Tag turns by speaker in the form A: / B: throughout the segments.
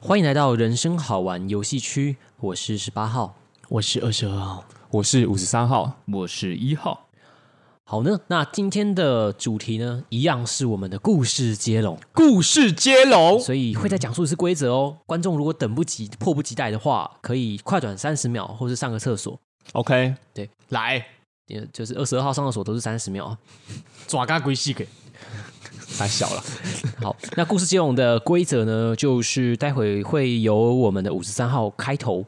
A: 欢迎来到人生好玩游戏区，我是十八号。
B: 我是二十二号，
C: 我是五十三号，
D: 我是一号，
A: 好呢，那今天的主题呢，一样是我们的故事接龙，
C: 故事接龙。
A: 所以会再讲述一次规则哦。观众如果等不及、迫不及待的话，可以快转三十秒，或是上个厕所。
C: OK，
A: 对，
C: 来，
A: 也就是二十二号上厕所都是三十秒啊。
C: 爪嘎龟系给，太小了。
A: 好，那故事接龙的规则呢，就是待会会由我们的五十三号开头，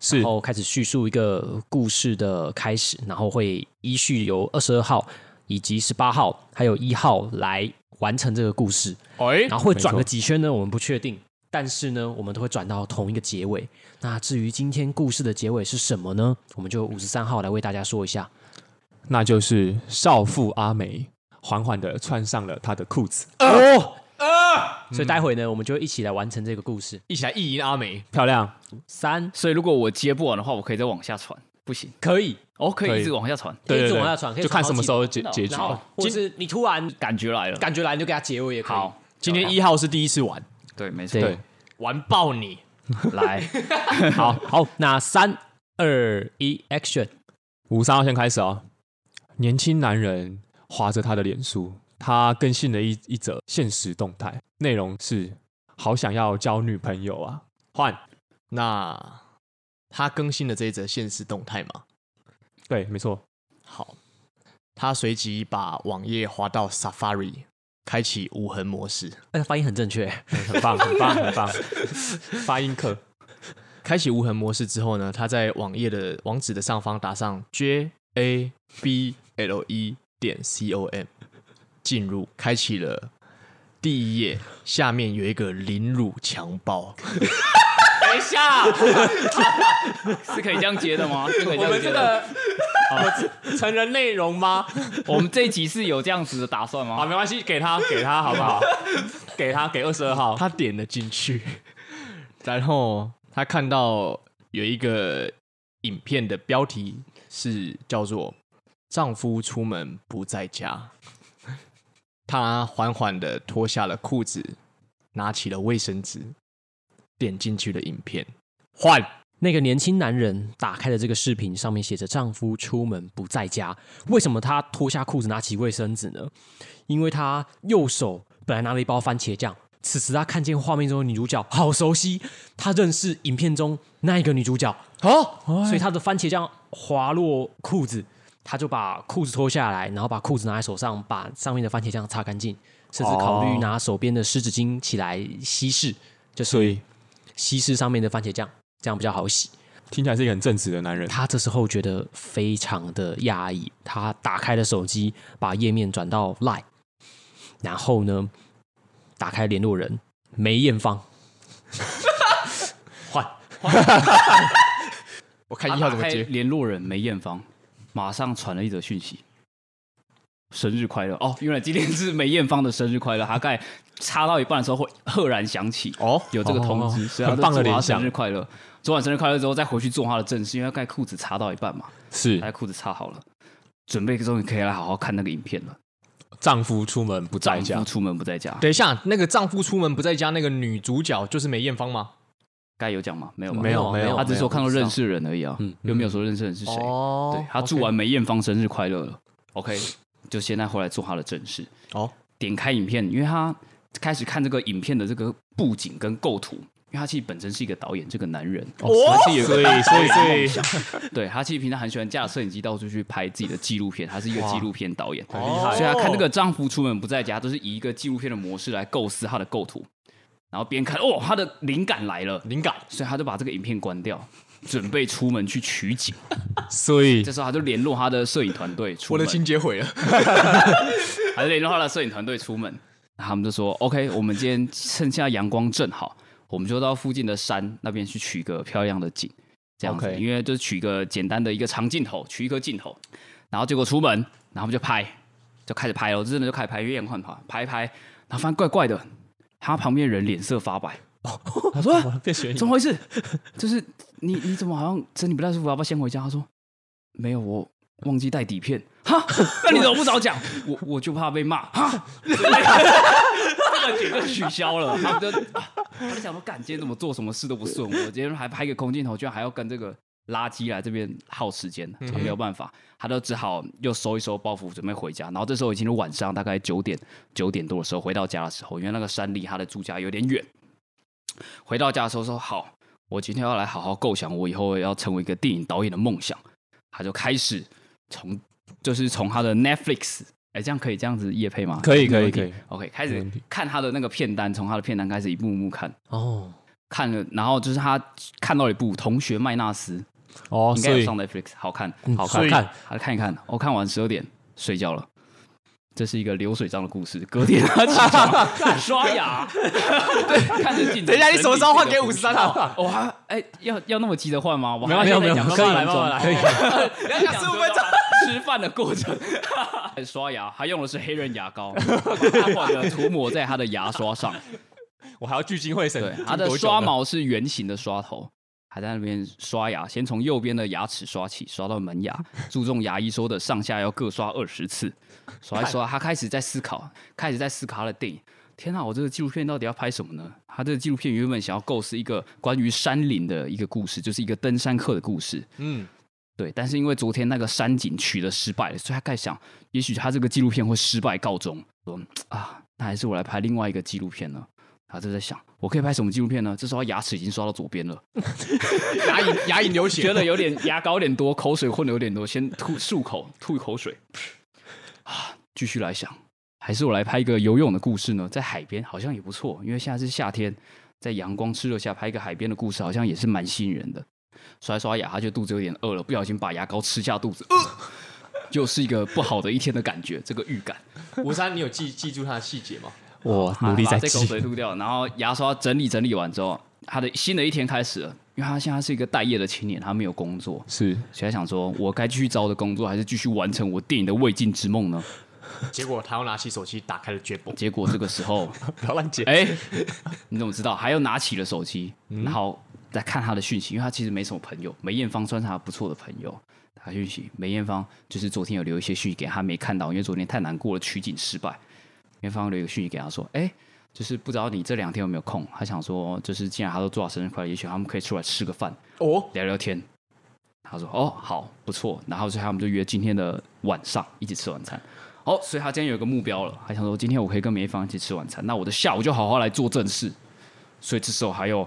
C: 是
A: 然后开始叙述一个故事的开始，然后会依序由二十二号以及十八号还有一号来完成这个故事，
C: 哎
A: 然后会转个
C: 没错
A: 几圈呢，我们不确定。但是呢，我们都会转到同一个结尾。那至于今天故事的结尾是什么呢？我们就五十三号来为大家说一下。
C: 那就是少妇阿梅缓缓的穿上了她的裤子，
A: 所
C: 嗯
A: 以待会呢，我们就一起来完成这个故事。
B: 一起来意淫阿美。
C: 漂亮。
A: 三
D: 所以如果我接不完的话，我可以再往下传，不行，
A: 可以，
D: 哦，可
C: 可
D: 以
C: 以
D: 一直往下传，
A: 可以
B: 哎
C: 对对
A: 走往下传可以
C: 对，就看什么时候结
D: 传到
C: 结局
A: 然。后或是你突然
D: 感觉来了，
A: 感觉来你就给他结尾也可以。
D: 好，
B: 今天一号是第一次玩，
D: 对，没错，
C: 对，
B: 玩爆你！
D: 来，
A: 好，好，那三二一，action！
C: 五十三号先开始哦。年轻男人划着他的脸书，他更新了一一则现实动态，内容是：好想要交女朋友啊！换，
B: 那他更新了这一则现实动态嘛？
C: 对，没错，
B: 好，他随即把网页滑到 Safari，开启无痕模式。
A: 哎，发音很正确。
C: 很棒，很 棒，很棒，发音课。
B: 开启无痕模式之后呢，他在网页的网址的上方打上 j a b l e 点 c o m，进入，开启了第一页，下面有一个凌辱强暴。
D: 等一下，是可以这样接 的吗？是可以这样接
B: 呃
D: 的。
C: 成人内容吗？
D: 我们这一集是有这样子的打算
C: 好，
D: 吗？
C: 没关系，给他，给他，好不好？给他，给二十二号。
B: 他点了进去，然后他看到有一个影片的标题是叫做“丈夫出门不在家”，她缓缓的脱下了裤子，拿起了卫生纸，点进去了影片，换
A: 那个年轻男人打开了这个视频，上面写着“丈夫出门不在家”。为什么他脱下裤子拿起卫生纸呢？因为他右手本来拿了一包番茄酱，此时他看见画面中的女主角好熟悉，他认识影片中那一个女主角，
B: 哦，
A: 所以他的番茄酱滑落裤子，他就把裤子脱下来，然后把裤子拿在手上，把上面的番茄酱擦干净，甚至考虑
C: 哦
A: 拿手边的湿纸巾起来稀释，就是
C: 以
A: 稀释上面的番茄酱，这样比较好洗。
C: 听起来是一个很正直的男人。
A: 他这时候觉得非常的压抑，他打开了手机，把页面转到 Line，然后呢，打开联络人梅艳芳，
B: 换，我看一号怎么
D: 打开
B: 接，
D: 联络人梅艳芳马上传了一则讯息：“生日快乐！”哦，原来今天是梅艳芳的生日快乐。他盖插到一半的时候会赫然想起
B: 哦
D: 有这个通知，所以他
C: 很棒
D: 就
C: 的
D: 祝他
C: 联想
D: 生日快乐。昨晚生日快乐之后再回去做他的正事，因为他盖裤子插到一半嘛，
C: 是
D: 他裤子插好了，准备终于可以来好好看那个影片了。
C: 丈夫出门不在
D: 丈
C: 家
D: 夫，出门不在家，
B: 等一下，那个丈夫出门不在家，那个女主角就是梅艳芳吗？
D: 该有讲吗？没有吧，
C: 没有没有
D: 他只是说看到认识人而已啊，
C: 嗯
D: 又没有说认识人是谁。
B: 哦
D: 对他祝完梅艳芳生日快乐了，OK，就现在回来做他的正事。
B: 哦，
D: 点开影片，因为他开始看这个影片的这个布景跟构图，因为他其实本身是一个导演，这个男人，
C: 哦，所以所以所以所以
D: 对他其实平常很喜欢架摄影机到处去拍自己的纪录片，他是一个纪录片导演，
C: 厉害哦
D: 所以他看那个丈夫出门不在家，都是以一个纪录片的模式来构思他的构图，然后边看哦，他的灵感来了，
B: 灵感
D: 所以他就把这个影片关掉。准备出门去取景，
C: 所以
D: 这时候他就联络他的摄影团队出
B: 我
D: 门。
B: 的情节毁了。
D: 还是联络他的摄影团队出门，他们就说：“OK，我们今天趁现在阳光正好，我们就到附近的山那边去取个漂亮的景，这样子
C: OK
D: 因为就是取个简单的一个长镜头，取一颗镜头，然后结果出门，然后我们就拍，就开始拍了，真的就开始拍，越眼换爬，拍一拍，然后发现怪怪的，他旁边人脸色发白，
C: 他 说变悬疑
D: 怎么回事？ 就是你你怎么好像身体不太舒服，要不要先回家？他说没有，我忘记带底 片。哈，那你怎么不早讲？我我就怕被骂。哈，断绝就取消了。他们就、啊、他们想说，干今天怎么做什么事都不顺，我今天还拍个空镜头，居然还要跟这个垃圾来这边耗时间，他没有办法，他都只好又收一收包袱，准备回家。然后这时候已经是晚上，大概九点九点多的时候，回到家的时候，因为那个山离他的住家有点远，回到家的时候说好。我今天要来好好构想我以后要成为一个电影导演的梦想，他就开始从就是从他的 Netflix，哎、这样可以这样子夜配吗？
C: 可以
D: 没
C: 可
D: 有
C: 以
D: 问题
C: 可以
D: ，OK，开
C: 没
D: 始
C: 问题
D: 看他的那个片单，从他的片单开始一幕一幕看，
A: 哦，
D: 看了，然后就是他看到一部《同学麦纳斯》，
C: 哦，
D: 应该
C: 所
D: 有
C: 以
D: 上 Netflix，好看，
A: 嗯
D: 好
A: 所
D: 看，
A: 以
D: 看，他看一看，我、看完十二点睡觉了。这是一个流水账的故事，隔天他起床刷牙，对，看着镜子。
B: 等一下，你什么时候换给
D: 整理
B: 五
D: 自
B: 十
D: 己的
B: 三
D: 胡须
B: 号？
D: 我还哎、要要那么急着换吗？我
A: 没有没有没有，
D: 可
A: 可以可以，
D: 以，要讲15分钟吃饭的过程， 刷牙，他用的是黑人牙膏，他把的涂抹在他的牙刷上，
C: 我还要聚精会神
D: 对，
C: 听
D: 他的
C: 多久呢
D: 刷 毛是圆形的刷头。还在那边刷牙，先从右边的牙齿刷起，刷到门牙。注重牙医说的上下要各刷二十次，刷一刷，他开始在思考，开始在思考他的电影。天啊，我这个纪录片到底要拍什么呢？他这个纪录片原本想要构思一个关于山林的一个故事，就是一个登山客的故事。
C: 嗯，
D: 对，但是因为昨天那个山景取得失败了，所以他在想，也许他这个纪录片会失败告终。说嗯啊，那还是我来拍另外一个纪录片呢。他就在想，我可以拍什么纪录片呢？这时候他牙齿已经刷到左边了，
B: 牙龈牙龈流
D: 觉
B: 血，
D: 得有点牙膏有点多，口水混的有点多，先吐漱口，吐一口水。啊，继续来想，还是我来拍一个游泳的故事呢？在海边好像也不错，因为现在是夏天，在阳光炽热下拍一个海边的故事，好像也是蛮吸引人的。刷一刷牙，他就肚子有点饿了，不小心把牙膏吃下肚子，呃， 又是一个不好的一天的感觉，这个预感。
B: 五十三，你有记记住他的细节吗？
C: 我努力
D: 啊把
C: 在
D: 这口
C: 记。
D: 水吐 掉，然后牙刷整理整理完之后，他的新的一天开始了。因为他现在是一个待业的青年，他没有工作，
C: 是
D: 所以他想说，我该继续找我的工作，还是继续完成我电影的未尽之梦呢？
B: 结果他又拿起手机打开了 j a
D: 结果这个时候，
B: 不要乱剪。
D: 哎、你怎么知道？还又拿起了手机，然后再看他的讯息，因为他其实没什么朋友，梅艳芳算是他不错的朋友。打讯息，梅艳芳就是昨天有留一些讯息给他，没看到，因为昨天太难过了，取景失败。梅艳芳留一个讯息给他说：“哎、就是不知道你这两天有没有空？”他想说，就是既然他都祝他生日快乐，也许他们可以出来吃个饭。
B: 哦，
D: 聊聊天。他说：“哦，好，不错。”然后所以他们就约今天的晚上一起吃晚餐。哦，所以他今天有一个目标了，他想说今天我可以跟梅芳一起吃晚餐，那我的下午就好好来做正事。所以这时候他又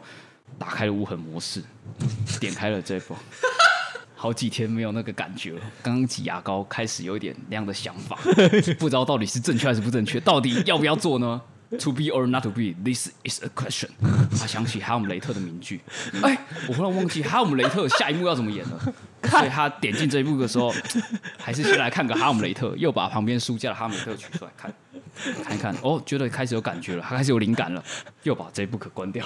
D: 打开了无痕模式，点开了这波。 好几天没有那个感觉了，刚刚挤牙膏开始有一点那样的想法，不知道到底是正确还是不正确，到底要不要做呢？To be or not to be, this is a question。他想起哈姆雷特的名句，哎、我忽然忘记哈姆雷特下一幕要怎么演了，所以他点进这一幕的时候，还是先来看个哈姆雷特，又把旁边书架的哈姆雷特取出来看，看一看，哦，觉得开始有感觉了，他开始有灵感了，又把这一部可 关掉，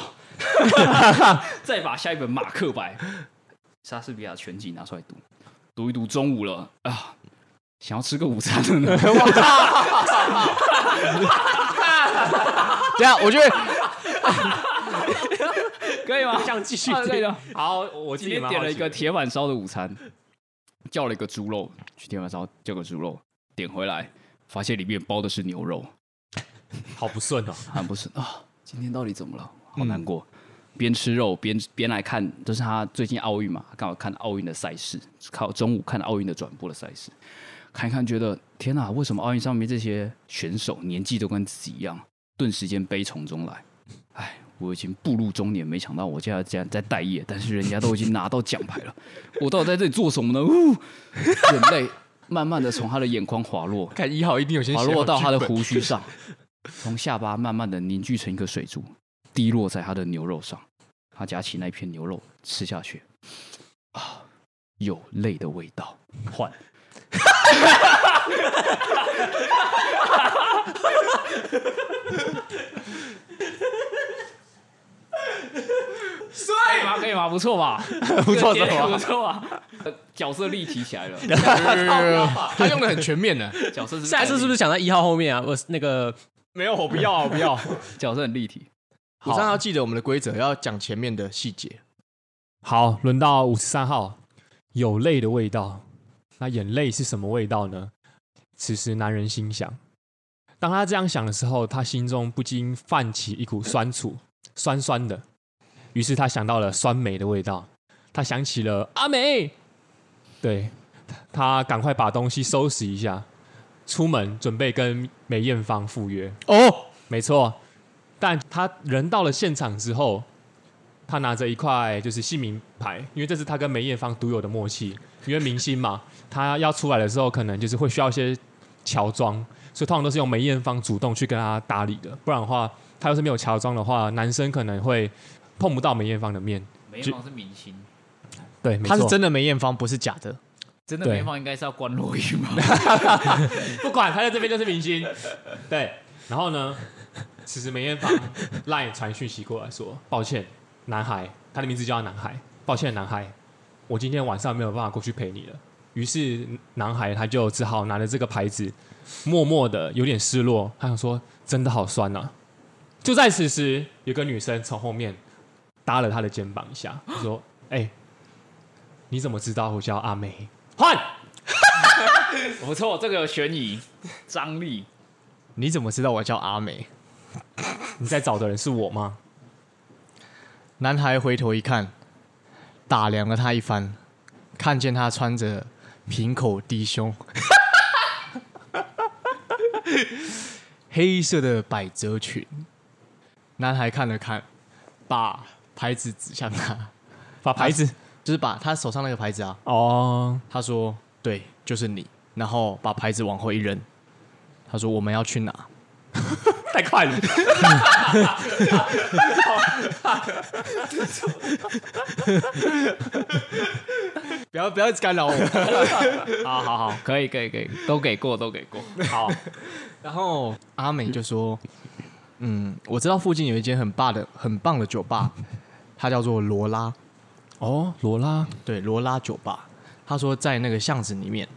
D: 再把下一本马克白莎士比亚全集拿出来读，读一读，中午了啊，想要吃个午餐 了呢。
B: 对啊，我觉得
D: 可以吗？
A: 这样继续
D: 啊可以的。
B: 好，我
D: 今天点了一个铁板烧的午餐，叫了一个猪肉，去铁板烧叫个猪肉，点回来发现里面包的是牛肉，
C: 好不顺哦，
D: 很不是啊，今天到底怎么了？好难过。边吃肉边边来看，就是他最近奥运嘛，刚好看奥运的赛事，靠中午看奥运的转播的赛事，看一看觉得天哪、为什么奥运上面这些选手年纪都跟自己一样？顿时间悲从中来，哎，我已经步入中年，没想到我现在竟然在待业，但是人家都已经拿到奖牌了，我到底在这里做什么呢？呜，眼泪慢慢的从他的眼眶滑落，
B: 看一号一定有先
D: 滑
B: 写
D: 落
B: 好
D: 到
B: 剧
D: 他的
B: 本
D: 胡须上，从下巴慢慢的凝聚成一个水珠，滴落在他的牛肉上。他夹起那片牛肉吃下去，啊，有泪的味道，换。可以吗？可以吗？不 错吧？不错，不错吧？ 呃角色立体 起来了，
B: 他用的很全面的，
D: 角色是
A: 下一次是不是想在一号后面啊？我那个
B: 没有，我不要，我不 要。
D: 角色很立体？
B: 好，上要记得我们的规则，要讲前面的细节。
C: 好，轮到五十三号，有泪的味道。那眼泪是什么味道呢？此时男人心想，当他这样想的时候，他心中不禁泛起一股酸楚，酸酸的。于是他想到了酸梅的味道，他想起了阿梅。对，他赶快把东西收拾一下，出门准备跟梅艳芳赴约。
B: 哦，
C: 没错，但他人到了现场之后，他拿着一块就是姓名牌，因为这是他跟梅艳芳独有的默契。因为明星嘛，他要出来的时候，可能就是会需要一些乔装，所以通常都是用梅艳芳主动去跟他搭理的。不然的话，他要是没有乔装的话，男生可能会碰不到梅艳芳的面。
E: 梅艳芳是明星，
C: 对，没
B: 他是
C: 错。
B: 真的梅艳芳，不是假的。
E: 真的
C: 对
E: 梅艳芳应该是要关罗玉吗？
C: 不管他在这边就是明星。对，然后呢，此时梅艳芳赖传讯息过来说：“抱歉，男孩，他的名字叫男孩，抱歉，男孩，我今天晚上没有办法过去陪你了。”于是男孩他就只好拿着这个牌子，默默的有点失落，他想说：“真的好酸啊！”就在此时，有个女生从后面搭了他的肩膀一下，说：“哎、你怎么知道我叫阿梅？换
D: 不错，这个有悬疑张力，
B: 你怎么知道我叫阿美？
C: 你在找的人是我吗？”
B: 男孩回头一看，打量了他一番，看见他穿着平口低胸， 黑色的百褶裙。男孩看了看，把牌子指向他，
C: 把牌子
B: 就是把他手上那个牌子啊。
C: 哦，
B: 他说：“对，就是你。”然后把牌子往后一扔。他说：“我们要去哪
C: 太快了。
B: 不要不要一直干扰我。
D: 好好好，可以可以可以，都给过都给过，
C: 好，
B: 然后阿美就说：“嗯，我知道附近有一间很棒的很棒的酒吧，它叫做罗拉，
C: 哦，罗拉，
B: 对，罗拉酒吧。”他说在那个巷子里面。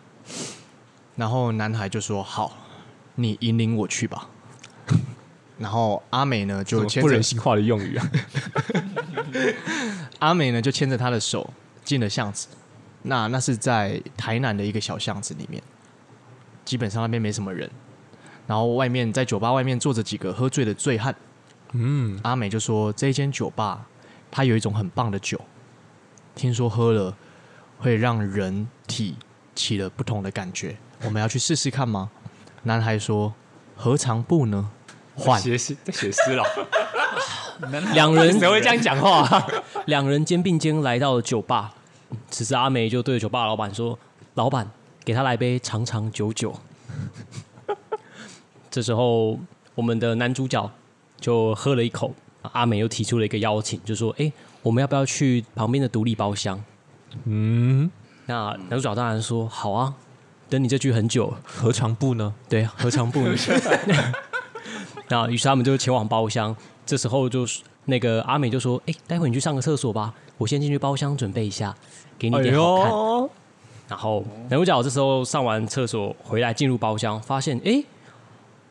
B: 然后男孩就说：“好，你引领我去吧。”然后阿美呢就牵
C: 不
B: 着
C: 人性化的用语啊。
B: 阿美呢就牵着他的手进了巷子。那那是在台南的一个小巷子里面，基本上那边没什么人。然后外面在酒吧外面坐着几个喝醉的醉汉。
C: 嗯，
B: 阿美就说这一间酒吧它有一种很棒的酒，听说喝了会让人体起了不同的感觉，我们要去试试看吗？男孩说何尝不呢？换
C: 写诗 在写诗了，
A: 两 人
C: 谁会这样讲话啊？
A: 两人肩并肩来到了酒吧，此时阿梅就对酒吧老板说：“老板，给他来杯长长久久。” 这时候，我们的男主角就喝了一口，阿美又提出了一个邀请，就说：“哎、我们要不要去旁边的独立包厢
C: 嗯，？”
A: 那男主角当然说：“好啊，等你这句很久了。”
C: 何尝不呢？
A: 对啊，何尝不 呢？那于是他们就前往包厢。这时候就是那个阿美就说：“哎、待会你去上个厕所吧，我先进去包厢准备一下，给
C: 哎
A: 你一点好看。然后男主角这时候上完厕所回来，进入包厢，发现哎、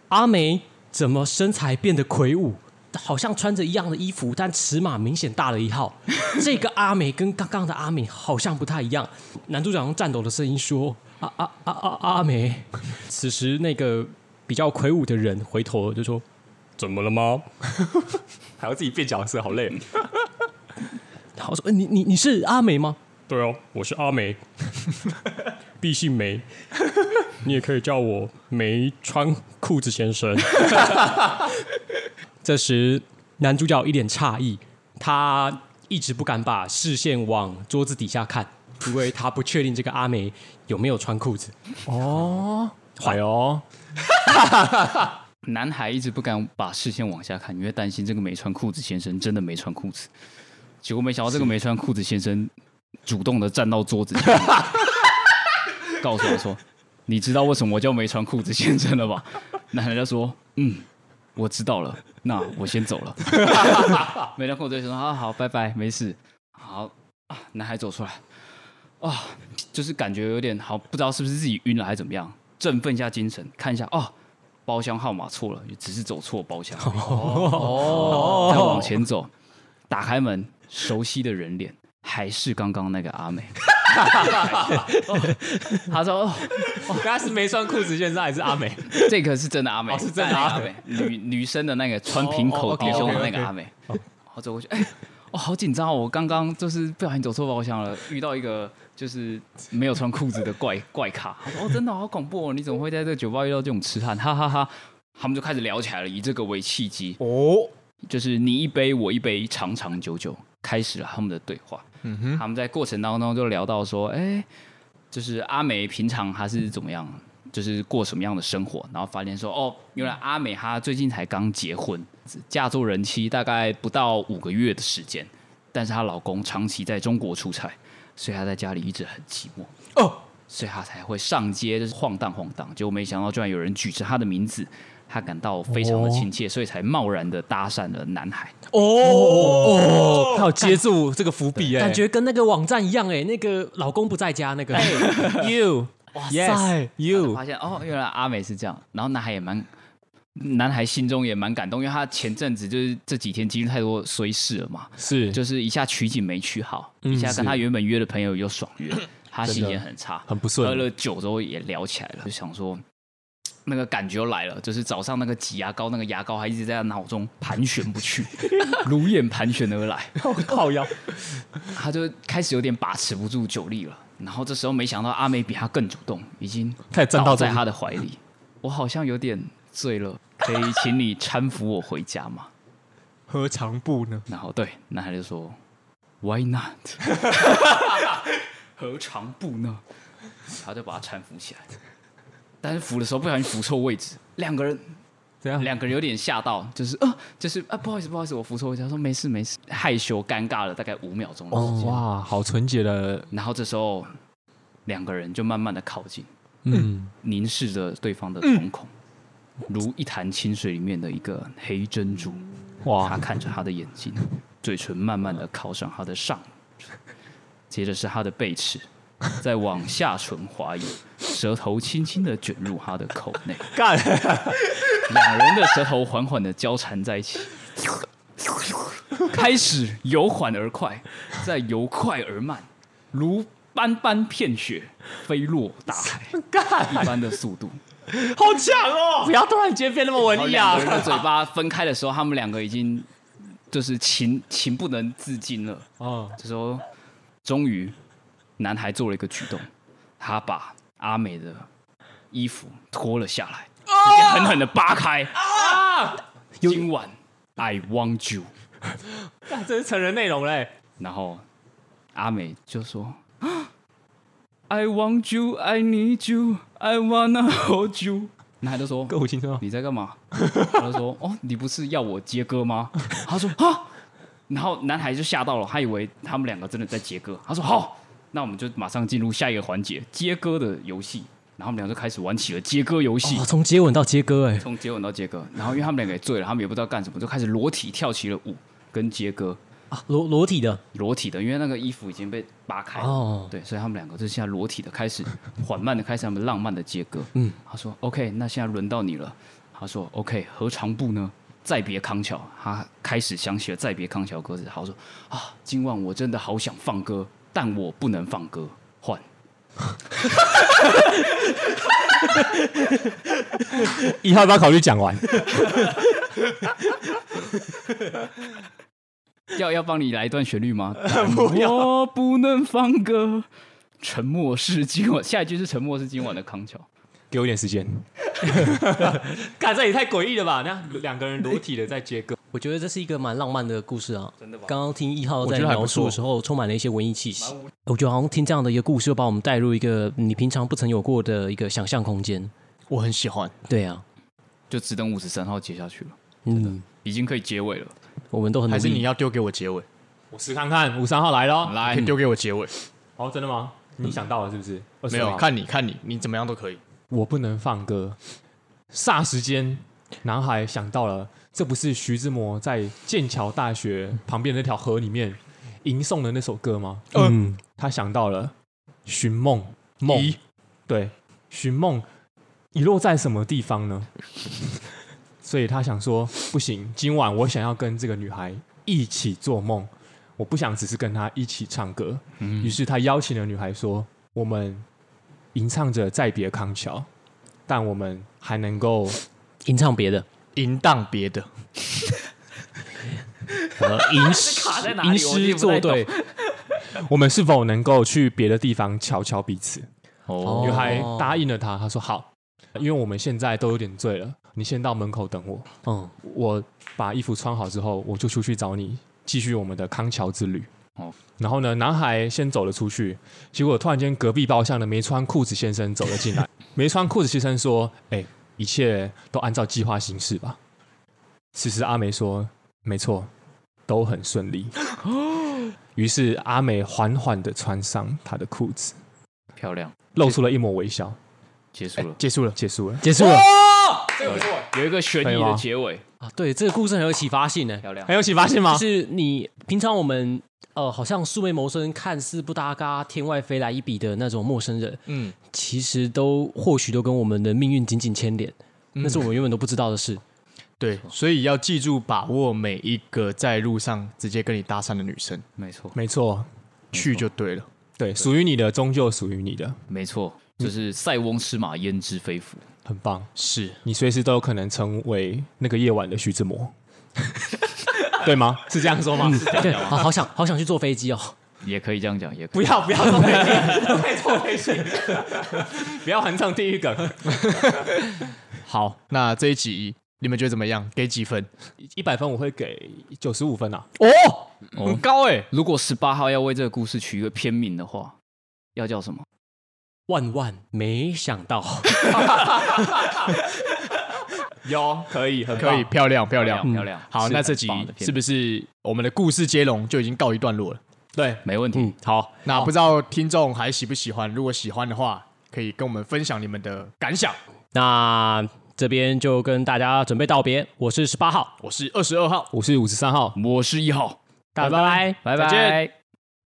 A: 阿美怎么身材变得魁梧？好像穿着一样的衣服，但尺码明显大了一号。这个阿美跟刚刚的阿美好像不太一样。男主角用颤抖的声音说：“啊阿阿阿阿阿美。”此时那个比较魁梧的人回头就说：“怎么了吗
C: 还要自己变角色，好累。？”
A: 然后说：“呃你你你是阿美吗
F: 对哦，我是阿 梅，毕姓梅，你也可以叫我梅穿裤子先 生。？”
A: 这时男主角一脸诧异，他一直不敢把视线往桌子底下看，因为他不确定这个阿美有没有穿裤子。哦
C: 哎呦，
D: 男孩一直不敢把视线往下看，因为担心这个没穿裤子先生真的没穿裤子。结果没想到这个没穿裤子先生主动的站到桌子前面，告诉他说：“你知道为什么我叫没穿裤子先生了吧？”男孩就说：“嗯，我知道了，那我先走了。”没穿裤子先生说：“啊，好，拜拜，没事。”好啊，男孩走出来，啊，就是感觉有点好，不知道是不是自己晕了还是怎么样，振奋一下精神，看一下哦。包厢号码错了，也只是走错包 厢。哦，再 往前走，打开门，熟悉的人脸还是刚刚那个阿美。他说哦
C: 刚是没穿裤子，现在还是阿美，
D: 这个是真的阿美，哎
C: 哦是真的阿哦
D: 美，女女生的那个穿平
B: 哦
D: 口低胸的那个阿美。我走过去，哎，我好紧张哦！我刚刚就是不小心走错包厢了，遇到一个就是没有穿裤子的怪怪咖。他说哦，真的好恐怖哦！你怎么会在这个酒吧遇到这种痴汉？哈哈哈！他们就开始聊起来了，以这个为契机，
B: 哦，
D: 就是你一杯我一杯，长长久久，开始了他们的对话。
B: 嗯哼，
D: 他们在过程当中就聊到说，哎、就是阿美平常她是怎么样，就是过什么样的生活，然后发现说，哦，原来阿美她最近才刚结婚，嫁做人妻大概不到五个月的时间，但是她老公长期在中国出差，所以她在家里一直很寂寞。
B: 哦，
D: 所以她才会上街就是晃荡晃荡，结果没想到居然有人举着她的名字。她感到非常的亲切，所以才贸然的搭讪了男孩。
A: 哦，
C: 他有接住这个伏笔哎
A: 感觉跟那个网站一样哎、那个老公不在家那个，
C: you
A: 哇
C: yes
D: 我
C: you
D: 发现哦，原来阿美是这样，然后男孩也蛮，男孩心中也蛮感动，因为他前阵子就是这几天经历太多衰事了嘛，
C: 是
D: 就是一下取景没取好，一下跟他原本约的朋友又爽约，他心情很差，
C: 很不
D: 喝
C: 顺，
D: 了酒之后也聊起来了，就想说。那个感觉又来了，就是早上那个挤牙膏，那个牙膏还一直在他脑中盘旋 不去，如雁盘旋而来。
A: 靠腰，
D: 他就开始有点把持不住酒力了。然后这时候没想到阿美比他更主动，已经
C: 他也站到
D: 倒
C: 中
D: 在他的怀里。我好像有点醉了，可以请你搀扶我回家吗？
B: 何尝不呢？
D: 然后对，男孩就说，Why not？何尝不呢？他就把他搀扶起来，但是扶的时候不小心扶错位置，两个人
C: 怎样？
D: 两个人有点吓到，就是啊，就是啊，不好意思，不好意思，我扶错位置。他说没事没事，害羞尴尬了大概五秒钟的时
C: 哦
D: 间。
C: 哇，好纯洁的，
D: 然后这时候两个人就慢慢的靠近，
C: 嗯，
D: 凝视着对方的瞳孔，如一潭清水里面的一个黑珍珠。他
C: 哇，
D: 看着他的眼睛，嘴唇慢慢的靠上他的上唇，接着是他的背齿，再往下唇滑移，舌头轻轻的卷入他的口内。
C: 干，
D: 两人的舌头缓缓的交缠在一起，开始由缓而快，再由快而慢，如斑斑片雪飞落大海一般的速度。
C: 好强哦！不要突然间变那么文艺啊
D: 两！个人的嘴巴分开的时候，他们两个已经就是情情不能自禁了。
C: 哦，
D: 这时候，终于男孩做了一个举动，他把阿美的衣服脱了下来，直接狠狠的扒开。今晚 I want you。
C: 干这是成人内容嘞，
D: 然后阿美就说啊：“I want you, I need you, I wanna hold you。”男孩就说：“
C: 歌舞青春哦，
D: 你在干嘛？”他就说：“哦，你不是要我接歌吗？”他说：“啊！”然后男孩就吓到了，他以为他们两个真的在接歌。他说：“好，那我们就马上进入下一个环节——接歌的游戏。”然后他们俩就开始玩起了接歌游戏
A: 哦，，从接吻到接歌哎、
D: 从接吻到接歌。然后因为他们两个也醉了，他们也不知道干什么，就开始裸体跳起了舞跟接歌。
A: 啊，裸裸体的
D: 裸体的，因为那个衣服已经被扒开了，
A: 哦
D: 对，所以他们两个就现在裸体的开始缓慢的开始他们浪漫的接歌。嗯，他说 OK，那现在轮到你了。他说 OK，何尝不呢？再别康桥，他开始想起了再别康桥歌词。他说啊，今晚我真的好想放歌，但我不能放歌，换。
C: 一号要考虑讲完，
D: 要要帮你来一段旋律吗？我不能放歌，沉默是今晚。下一句是沉默是今晚的康桥。
B: 给我一点时间。
C: 干这也太诡异了吧？那两个人裸体的在接歌，
A: 我觉得这是一个蛮浪漫的故事啊。真的吗？刚刚听一号
B: 我
A: 在
B: 觉得还
A: 描
B: 不错
A: 述的时候，充满了一些文艺气息。我觉得好像听这样的一个故事，又把我们带入一个你平常不曾有过的一个想象空间。
B: 我很喜欢，
A: 对啊，
D: 就只等五十三号接下去了，
A: 嗯，
D: 已经可以结尾了。
A: 我们都很努
B: 还
A: 力。
B: 是你要丢给我结尾？
C: 我试看看，五三号来喽，
B: 来，丢给我结尾。
C: 哦，真的吗？你想到了是不是？24
B: 没有，啊
C: 号
B: 看你看你，你怎么样都可以。
C: 我不能放歌。霎时间，男孩想到了，这不是徐志摩在剑桥大学旁边的那条河里面吟诵的那首歌吗？
A: 嗯，
C: 他想到了《寻梦》，梦
B: 咦
C: 对，《寻梦》遗落在什么地方呢？ 所以他想说，不行，今晚我想要跟这个女孩一起做梦，我我不想只是跟他一起唱歌。
E: 嗯
C: 于是他邀请了女孩说：“我们吟唱着《再别康桥》，但我们还能够
A: 吟唱别的，
B: 淫荡别的，
A: 呃，吟诗
E: 卡在哪里
A: 吟
E: 我听
A: 诗
E: 不
A: 作
E: 太懂
A: 对，
C: 我们是否能够去别的地方瞧瞧彼此？”
A: 哦
C: 女孩答应了他，他说：“好，因为我们现在都有点醉了，你先到门口等我。
A: 嗯，
C: 我把衣服穿好之后，我就出去找你，继续我们的康桥之旅。”
D: 哦
C: 哦，然后呢，男孩先走了出去，结果突然间隔壁包厢的没穿裤子先生走了 进来。没穿裤子先生说：“哎、一切都按照计划行事吧。”此时阿梅说：“没错，都很顺 利。”于是阿美缓缓的穿上她的裤子，
D: 漂亮，
C: 露出了一抹微笑。哎
D: 结束了，
C: 结束了，结束了。
A: 结束了
D: 有一个悬
C: 可以
D: 疑的
C: 吗
D: 结尾，
A: 啊！对，这个故事很有启发 性呢。哎
D: 漂亮。
C: 很有启发性吗
A: 就？是你平常我们呃，好像素昧谋生，看似不搭嘎，天外飞来一笔的那种陌生人，
B: 嗯，
A: 其实都或许都跟我们的命运紧紧牵连，那是我们原本都不知道的 事。
B: 对，所以要记住把握每一个在路上直接跟你搭讪的女生，
D: 没错，
C: 没错，
B: 去就对了。
C: 对，属于你的终究属于你的，
D: 没错，就是塞翁失马，焉知非福。
C: 很棒。
B: 是，
C: 你随时都有可能成为那个夜晚的徐志摩， 对吗？是这样说
B: 嗯
C: 吗？
A: 对，好好想好想去坐飞机哦。
D: 也可以这样讲，也可
C: 不
D: 以。
C: 要不要做配音，太做配音， 不要横唱地狱梗。
B: 好，那这一集你们觉得怎么样？给几分？
C: 一百分我会给九十五分啊，
B: 哦
C: 欸
B: 很高哎、
D: 如果十八号要为这个故事取一个片名的话，要叫什么？
A: 万万没想到，
C: 有可以很
B: 可以，漂亮
D: 漂
B: 漂亮。
D: 亮，
B: 嗯
D: 漂亮。
B: 好，
D: 是
B: 那
D: 很
B: 这集
D: 棒的片
B: 是不
D: 名
B: 是我们的故事接龙就已经告一段落了？
C: 对，
D: 没问题？
A: 嗯，好，
B: 那不知道听众还喜不喜欢？如果喜欢的话，可以跟我们分享你们的感想。
A: 那这边就跟大家准备道别，我是十八号，
B: 我是二十二号，
C: 我是五十三号，
D: 我是一号，
A: 大家拜拜。
D: 拜
B: 再见
D: 拜。